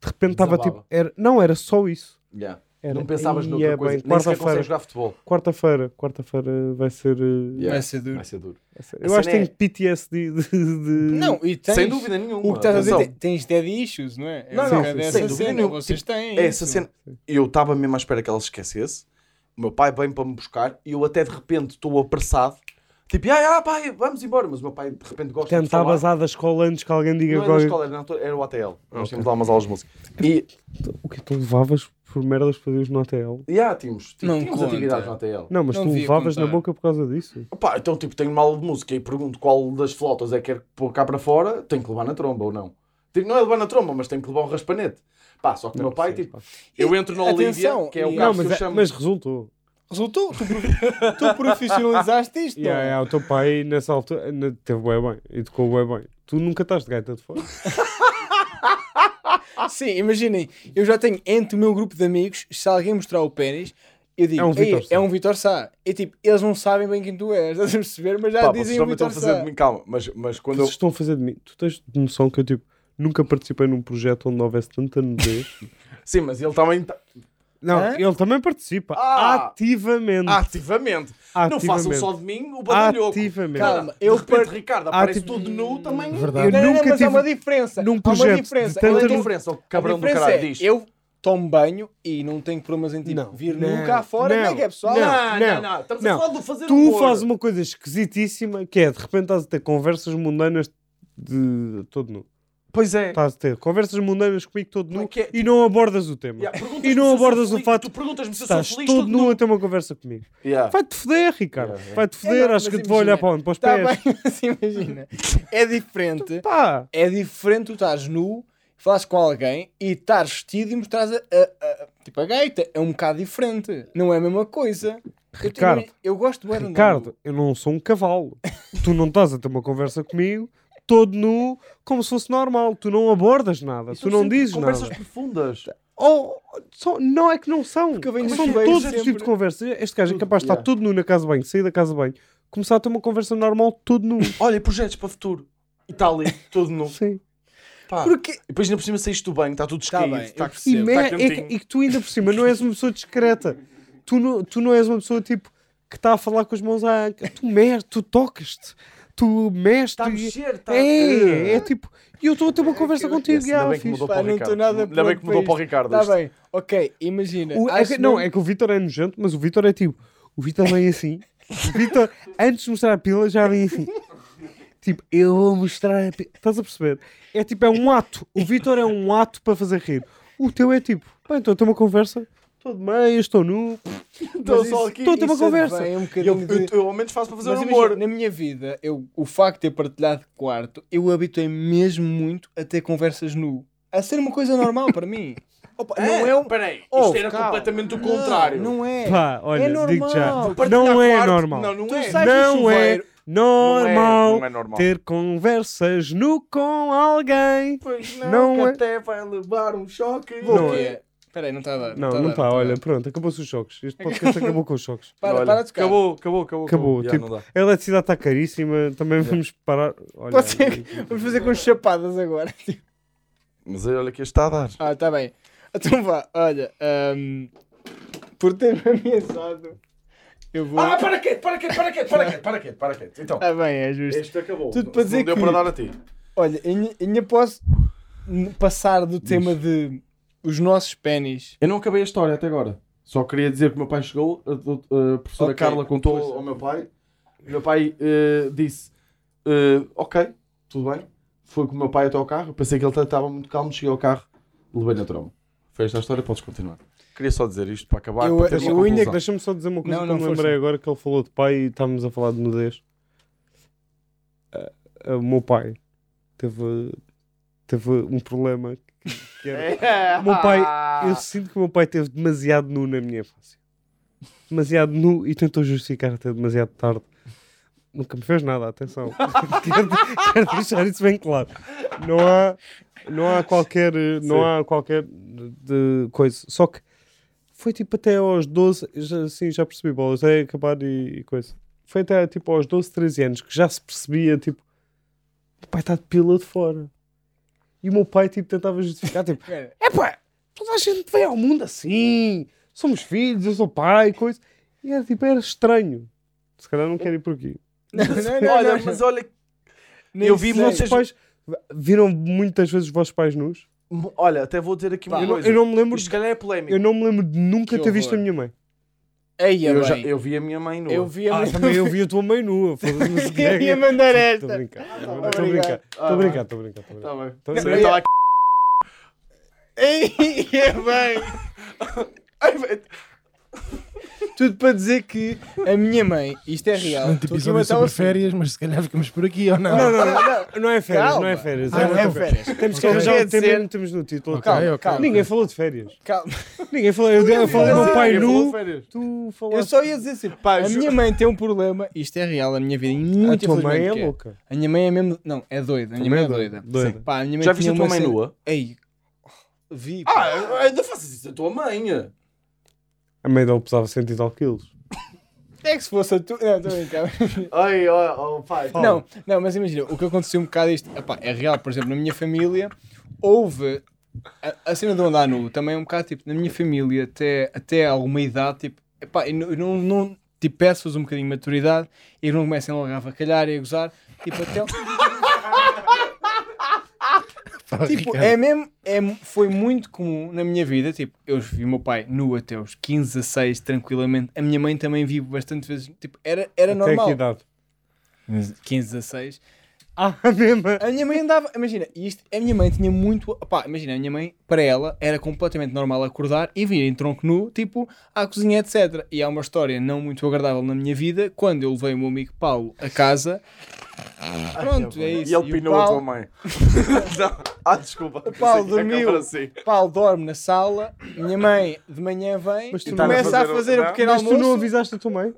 de repente estava Desabava. tipo, era, não, era só isso. yeah. Era, Não pensavas "Ia noutra coisa, bem, nem sequer consegues quarta-feira, jogar futebol. quarta-feira, quarta-feira vai ser... eh, Yeah. Vai ser duro. Vai ser duro. vai ser- cena Eu acho que é- tenho PTSD de... de- Não, e tens, Sem dúvida nenhuma. O que estás a dizer, atenção. te- tens dead issues, não é? É Não, um não, bocado sem essa dúvida cena, nenhuma. Vocês têm. É essa isso. cena. Eu estava mesmo à espera que ela se esquecesse. O meu pai vem para me buscar e eu até de repente estou apressado. Tipo, ah, ah, pai, vamos embora. Mas o meu pai de repente gosta de falar. Tentavas à da escola antes que alguém diga Não era na qualquer- escola, era, na altura- era o ATL. Nós tínhamos lá umas aulas de música. E, O que tu levavas por merdas para Deus no ATL? yeah, tínhamos, Não tínhamos, tínhamos conta. atividades no ATL. Não, mas Não tu devia levavas na contar. boca por causa disso. Pá, então, tipo, tenho uma aula de música e pergunto qual das flautas é que quero pôr cá para fora, tenho que levar na tromba ou não. Tipo, não é levar na tromba, mas tenho que levar um raspanete. Pá, só que o meu pai, sei, tipo, pá. eu entro na Atenção, Olivia, que é o e- Não, carro que mas, eu chamo. mas resultou. Resultou, tu, pro- tu profissionalizaste isto. Yeah, não é? yeah, o teu pai nessa altura na- teve bué bem, educou bué bem. Tu nunca estás de gaita de fora. Ah, Sim, imaginem, eu já tenho entre o meu grupo de amigos, se alguém mostrar o pênis, eu digo, É é um um Vitor Sá." é um Vitor Sá. É tipo, eles não sabem bem quem tu és, estás a perceber, mas já Pá, vocês dizem o também estão Vitor a fazer Sá. de mim, calma, mas, mas quando eu. Vocês estão a fazer de mim. Tu tens noção que eu, tipo, nunca participei num projeto onde houvesse tanta nudez. Sim, mas ele também. tá- Não, Hã? ele também participa. Ah! ativamente. Ativamente. Não façam só de mim o badalhoco. Ativamente. Calma, Eu eu de repente, per- Ricardo, aparece ativ- todo nu também. Verdade. Não, não, nunca é mas há tive uma diferença. num há uma projeto de diferença. tanta Qual é a Eu- diferença? O cabrão a do diferença caralho é, diz. Eu tomo banho e não tenho problemas em tipo, Não, vir não, nunca fora, não, como é que é pessoal? não. não, não, não. Estamos não. a falar do fazer Tu humor. fazes uma coisa esquisitíssima que é de repente estás a ter conversas mundanas de todo nu. Pois é. Estás a ter conversas mundanas comigo todo nu Como é que é? e não abordas o tema. Yeah, perguntas-me E não se eu sou abordas o feliz- fato Tu perguntas-me se eu sou Estás feliz todo nu nu. a ter uma conversa comigo. Yeah. Vai-te foder, Ricardo. Ah. Yeah, yeah. Vai-te É, foder, não, acho que mas te vou olhar imagina, para onde? Para os Está pés. tá bem, mas imagina. É diferente. Pá, É diferente tu estás nu, falas com alguém e estás vestido e mostras a, a- a- tipo, a gaita. É um bocado diferente. Não é a mesma coisa. Eu te- Ricardo. Eu, gosto bem de andar nu. Ricardo, eu não sou um cavalo. tu não estás a ter uma conversa comigo todo nu, como se fosse normal. Tu não abordas nada, tu não dizes Conversas nada. profundas. Ou, só- não é que não são. eu venho são de chuveiro todos os sempre. tipos de conversas. Este gajo é capaz de estar yeah. todo nu na casa de banho, sair da casa de banho, começar a ter uma conversa normal todo nu. Olha, projetos para o futuro. E está ali, todo nu. Sim. Ah, Pá. Porque. E depois ainda por cima saíste do banho, está tudo Tá descaído. bem, eu está- E, percebo. me- é que- cantinho. e que tu ainda por cima não és uma pessoa discreta. Tu não, tu não és uma pessoa tipo que está a falar com as mãos à anca. Tu mer, tu tocas-te, tu mexes. Tá Está a tu- mexer, está Tá É, é tipo, e eu estou a ter uma conversa contigo. Yes, ah, ainda bem que fixe. mudou Pá, para o não Ricardo. estou nada Ainda bem pronto que mudou para para o Ricardo. Está isto. bem. Ok, imagina. O- é acho que- não, mesmo- é que o Vitor é nojento, mas o Vitor é tipo, o Vitor vem assim. O Vitor, antes de mostrar a pila, já vem assim. Tipo, eu vou mostrar a pila. Estás a perceber? É tipo, é um ato. O Vitor é um ato para fazer rir. O teu é tipo, bem, estou a ter uma conversa, estou de meia, estou nu. Estou mas só isso- aqui. Estou a ter uma isso conversa. advém um Eu, bocadinho eu, de- eu ao menos faço para fazer um Mas humor. imagina, na minha vida, eu, o facto de ter partilhado quarto, eu habituei mesmo muito a ter conversas nu. A ser uma coisa normal para mim. Opa, não é um... Peraí, isto Oh, era calma. completamente o contrário. Não, não é. Pá, olha, normal. digo já. Partilhar Não é quarto- normal. Não, não Tu é. sabes- Sais do Não é chuveiro. normal. Não é normal. Ter conversas nu com alguém. Pois Não que é. até vai levar um choque. Não é. Espera aí, não está a dar. Não, a não dar, está. a dar. Olha, pronto, acabou-se os choques. Este podcast acabou com os choques. Para, Olha, para de tocar. Acabou, acabou, acabou. Acabou, Já, tipo- não dá. A eletricidade está caríssima, também vamos parar. Olha, Pode ser. Vamos fazer com chapadas agora. Mas olha que este está a dar. Ah, está bem. Então vá, olha. ahm, por ter-me ameaçado, eu vou. Ah, para quê? Para quê? Para quê? Para quê? Para quê? Para quê? Então, Está bem, é justo. este acabou. Tudo para dizer Não deu que. para dar a ti. Olha, ainda- ainda posso n- passar do tema de os nossos pênis. Eu não acabei a história até agora. Só queria dizer que o meu pai chegou, a, do- a professora Ok, Carla contou ao meu pai. O meu pai eh, disse: eh, Ok, tudo bem. Foi com o meu pai até ao carro. Pensei que ele estava muito calmo. Cheguei ao carro, levei-lhe a tromba. Foi esta a história, podes continuar. Queria só dizer isto para acabar. Eu- para termos Deixa- uma eu ainda conclusão. deixa-me só dizer uma coisa Não, que não, eu me lembrei força. agora que ele falou de pai e estávamos a falar de nudez. Ah, ah, O meu pai teve, teve um problema que, que era. o meu pai, eu sinto que o meu pai teve demasiado nu na minha infância. Demasiado nu e tentou justificar até demasiado tarde. Nunca me fez nada, atenção. quero, quero deixar isso bem claro. Não há, não há qualquer, eh, não há qualquer de coisa. Só que foi tipo até aos 12, já, assim, já percebi bolas, é acabar e, e coisa. Foi até tipo aos 12, 13 anos que já se percebia, tipo, o pai está de pila de fora. E o meu pai, tipo, tentava Tá, justificar, tipo, Espera. é pá, toda a gente vem ao mundo assim, somos filhos, eu sou pai, coisa. E era tipo, era estranho. Se calhar não quero ir por aqui. Não, não, não, Olha, não. mas olha, Nem eu vi sei. Os vossos pais viram muitas vezes os vossos pais nus. olha, até vou dizer aqui Pá, uma eu Eu não, coisa. eu não me lembro, Isto se calhar é polémico. eu não me lembro de nunca Que ter visto a horror. minha mãe. Ei, Eu eu, já- eu vi a minha mãe no. eu vi a Ah, também eu vi a tua mãe nua. foda-se, não sei o quê. Eu ia mandar Estou esta. a brincar. Estou a brincar. Estou a brincar, estou a brincar. Tá Estou a brincar. Ah, Tô a Não, brincar. eu tava aqui. Ei, é bem. Ai, vai- Tudo para dizer que a minha mãe, isto é real. Excelente estou aqui a episódio matar tipo, sobre o assunto. férias, mas se calhar ficamos por aqui ou não? Não, não, não, não, não é férias, não é Calma. férias. Ah, Não outra é coisa. férias. Temos que Ok. arranjar o Quer tema dizer- e não temos no título. Ok, Calma, ok, calma. ok. Ninguém falou de férias. Calma. Ninguém falou. Eu, eu falei do meu pai nu. Tu Eu falaste. só ia dizer assim, Pá, a ju- minha mãe tem um problema, isto é real, a minha vida, e A muito tua mãe é infelizmente que louca. A minha mãe é mesmo, não, é doida, a minha mãe é doida. Doida. Pá, a minha mãe Já viste tinha a tua uma mãe cena- nua? Ei, vi. pá. Ah, ainda faças isso à tua mãe. né? A mãe dele pesava 100 e tal quilos. É que se fosse a tu. Não, estou a brincar. Ai, ó, ó, pai. Não, não, mas imagina, o que aconteceu um bocado é isto. Epá, é real, por exemplo, na minha família houve. A, a cena de andar nu também é um bocado tipo, na minha família, até, até alguma idade, tipo, epá, eu não, eu não, não tipo, peço-vos um bocadinho de maturidade e não comecem logo a avacalhar e a gozar. Tipo, até. tipo, é mesmo. É, foi muito comum na minha vida, tipo, eu vi o meu pai nu até os 15, 16, tranquilamente. A minha mãe também viu bastante vezes, tipo, era, era Até normal. que idade? 15, 16. Ah, mesmo. A minha mãe andava, imagina, isto, a minha mãe tinha muito, pá, imagina, a minha mãe, para ela, era completamente normal acordar e vir em tronco nu, tipo, à cozinha, etc. E há uma história não muito agradável na minha vida, quando eu levei o meu amigo Paulo a casa, pronto, é isso. E ele o pinou a tua Paulo, mãe. Não. Ah, desculpa. Paulo Sim, é que dormiu. era assim. Paulo dorme na sala, minha mãe de manhã vem, Mas tu e não- começa a Não. fazer o pequeno Mas tu não almoço. avisaste a tua mãe?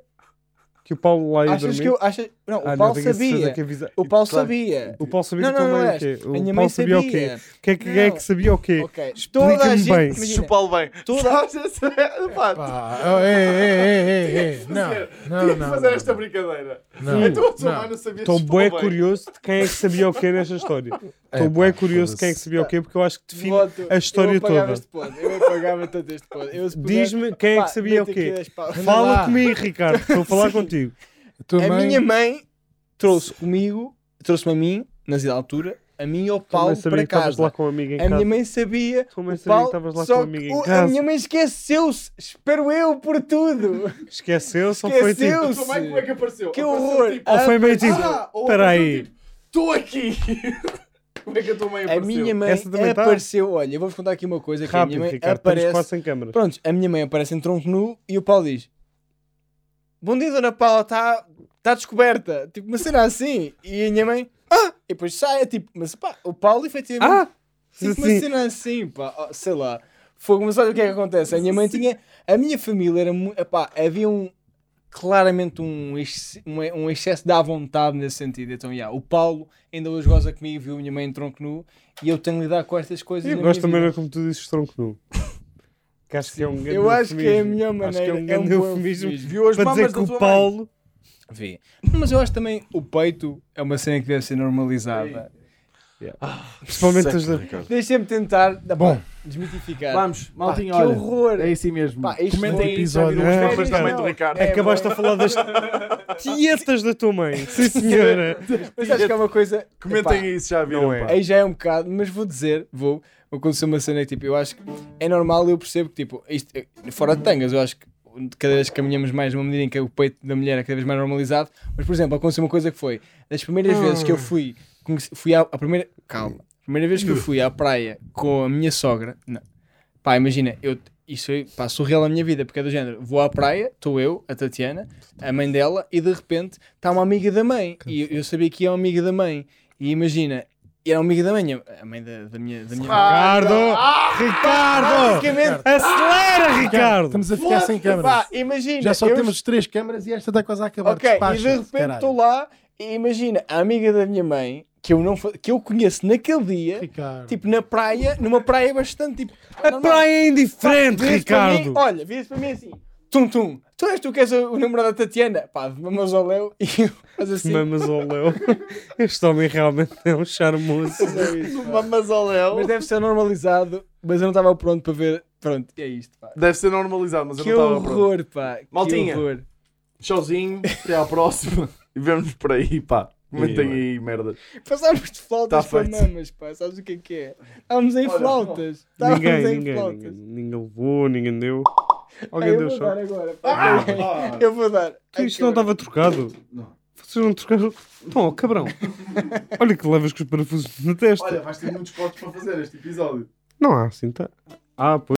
Que o Paulo lá ia Achas dormir? que eu, achas, não, Ah, o não, Paulo tenho a certeza sabia, que avisa- o Paulo Claro. sabia. O Paulo sabia Não, é que a tua não, mãe não, o quê? a minha O mãe Paulo sabia o quê? sabia. Quem é que- quem é que sabia o quê? Ok, toda a Explica-me gente, bem. imagina, Chupa o bem. toda, Pá, oh, é, ei, ei, ei, ei, ei. é, Não, não, que não. fazer não, esta não. brincadeira. Não, Então a tua não. mãe não sabia Estou chupar bué bem. curioso de quem é que sabia o quê nesta história. Estou É, bué pá, curioso de quem é que foda-se. sabia o quê, porque eu acho que define Voto. a história eu apagava toda. Este pod. Eu apagava todo este pod. Eu, se puder, Diz-me quem é pá, que sabia o mete aqui quê. dez paus. Anda Fala lá. comigo, Ricardo. Estou a falar contigo. A tua A mãe- É minha mãe trouxe comigo, trouxe-me a mim, nas da altura, a mim e ao Também Paulo sabia para que estavas casa. lá com um amigo em A minha casa. mãe sabia. Tua mãe o sabia que Paulo, estavas lá só com um amigo que em o- A casa. minha mãe esqueceu-se, espero eu, por tudo. Esqueceu-se ou foi A tipo... tua mãe como é Esqueceu-se. que apareceu? Que Apareceu, horror. tipo, Ou foi meio tipo... Ah, ou Espera apareceu, aí. tipo, Estou aqui. Como é que a tua mãe A apareceu? minha mãe Essa também tá? apareceu. Olha, eu vou-vos contar aqui uma coisa: que a minha Rápido, mãe Ricardo. Estamos aparece quase sem câmara. Prontos, a minha mãe aparece em tronco nu e o Paulo diz: Bom dia, Dona Paula, está tá descoberta. Tipo, mas será assim? E a minha mãe, ah! E depois sai, é tipo, mas pá, o Paulo Ah! efetivamente. tipo, sim. mas será assim, pá, ó, sei lá. Fogo, mas olha o que é que acontece. A minha mãe tinha. A minha família era muito. Epá, havia um. Claramente um, ex- um, e- um excesso de à vontade nesse sentido. Então, yeah, o Paulo ainda hoje goza comigo, viu a minha mãe em tronco nu e eu tenho de lidar com estas coisas. Eu na gosto minha vida. também, não é como tu dizes, tronco nu. Que acho que é um grande Eu acho que é a eufemismo. melhor Acho que é maneira. um grande bom eufemismo. eufemismo. Viu as Para dizer mamas que da tua o mãe. Paulo... Vê. Mas eu acho também o peito é uma cena que deve ser normalizada. Principalmente as da... Seca, Ricardo. Deixem-me tentar dá, Bom. pá, desmitificar. Vamos, Pá, maltinho, que olha. horror! É assim mesmo. Pá, isto Comenta foi- episódio. já viram os Ah, Mas férias? também do Não. Ricardo. É, Acabaste bom. a falar das tietas da tua mãe. Sim, senhora. Mas acho que é uma coisa. Comentem Epá, isso, já viram. Não é. pá. Aí já é um bocado, mas vou dizer, vou. Aconteceu uma cena que tipo, eu acho que é normal, eu percebo que tipo, isto, eh, fora de tangas, eu acho que cada vez que caminhamos mais numa medida em que o peito da mulher é cada vez mais normalizado, mas por exemplo, aconteceu uma coisa que foi, das primeiras vezes que eu fui, conheci- fui à, à primeira, calma, primeira vez que eu Hum. fui à praia com a minha sogra, não, pá, imagina, eu, isso aí, pá, surreal na minha vida, porque é do género, vou à praia, estou eu, a Tatiana, a mãe dela, e de repente está uma amiga da mãe, e eu, eu sabia que ia uma amiga da mãe, e imagina, era uma amiga da mãe, a mãe da, da minha, da minha Ah, mãe. Ricardo! Ricardo! Basicamente, Acelera, Ricardo! Estamos a ficar sem câmaras. pá, imagina, Já só eu temos três câmaras e esta está quase a acabar. Ok, e de Despacha-te, repente caralho. estou lá e imagina a amiga da minha mãe que eu, não, fa- que eu conheço naquele dia, Ricardo. tipo na praia, numa praia bastante tipo. A praia é indiferente, Vira-se para Ricardo! Mim, olha, vira-se para mim assim: Tum Tum, tu és tu que és o, o namorado da Tatiana? Pá, de mausoléu e eu faz assim. Mamas ao Leo. Este homem realmente é um charmoso. Mamas ao Léo. é Mas deve ser normalizado, mas eu não estava pronto para ver. Pronto, é isto, pá. Deve ser normalizado, mas Que horror, pá. Maltinha. Que horror. Tchauzinho, até à próxima. E vemos por aí, pá. Comentem E, aí, merda. Passámos de flautas Tá para feito. mamas, pá. Sabes o que é que é? Estávamos em flautas. Estávamos Ninguém, em ninguém, flautas. ninguém. Ninguém levou, ninguém deu. Ah, Alguém eu deu vou só. dar agora. Ah, pá. Eu vou dar. Que isto não estava trocado. Vocês não trocaram. Não, cabrão. Olha que levas com os parafusos na testa. Olha, vais ter muitos cortes para fazer este episódio. Não há assim, tá? Ah, pois.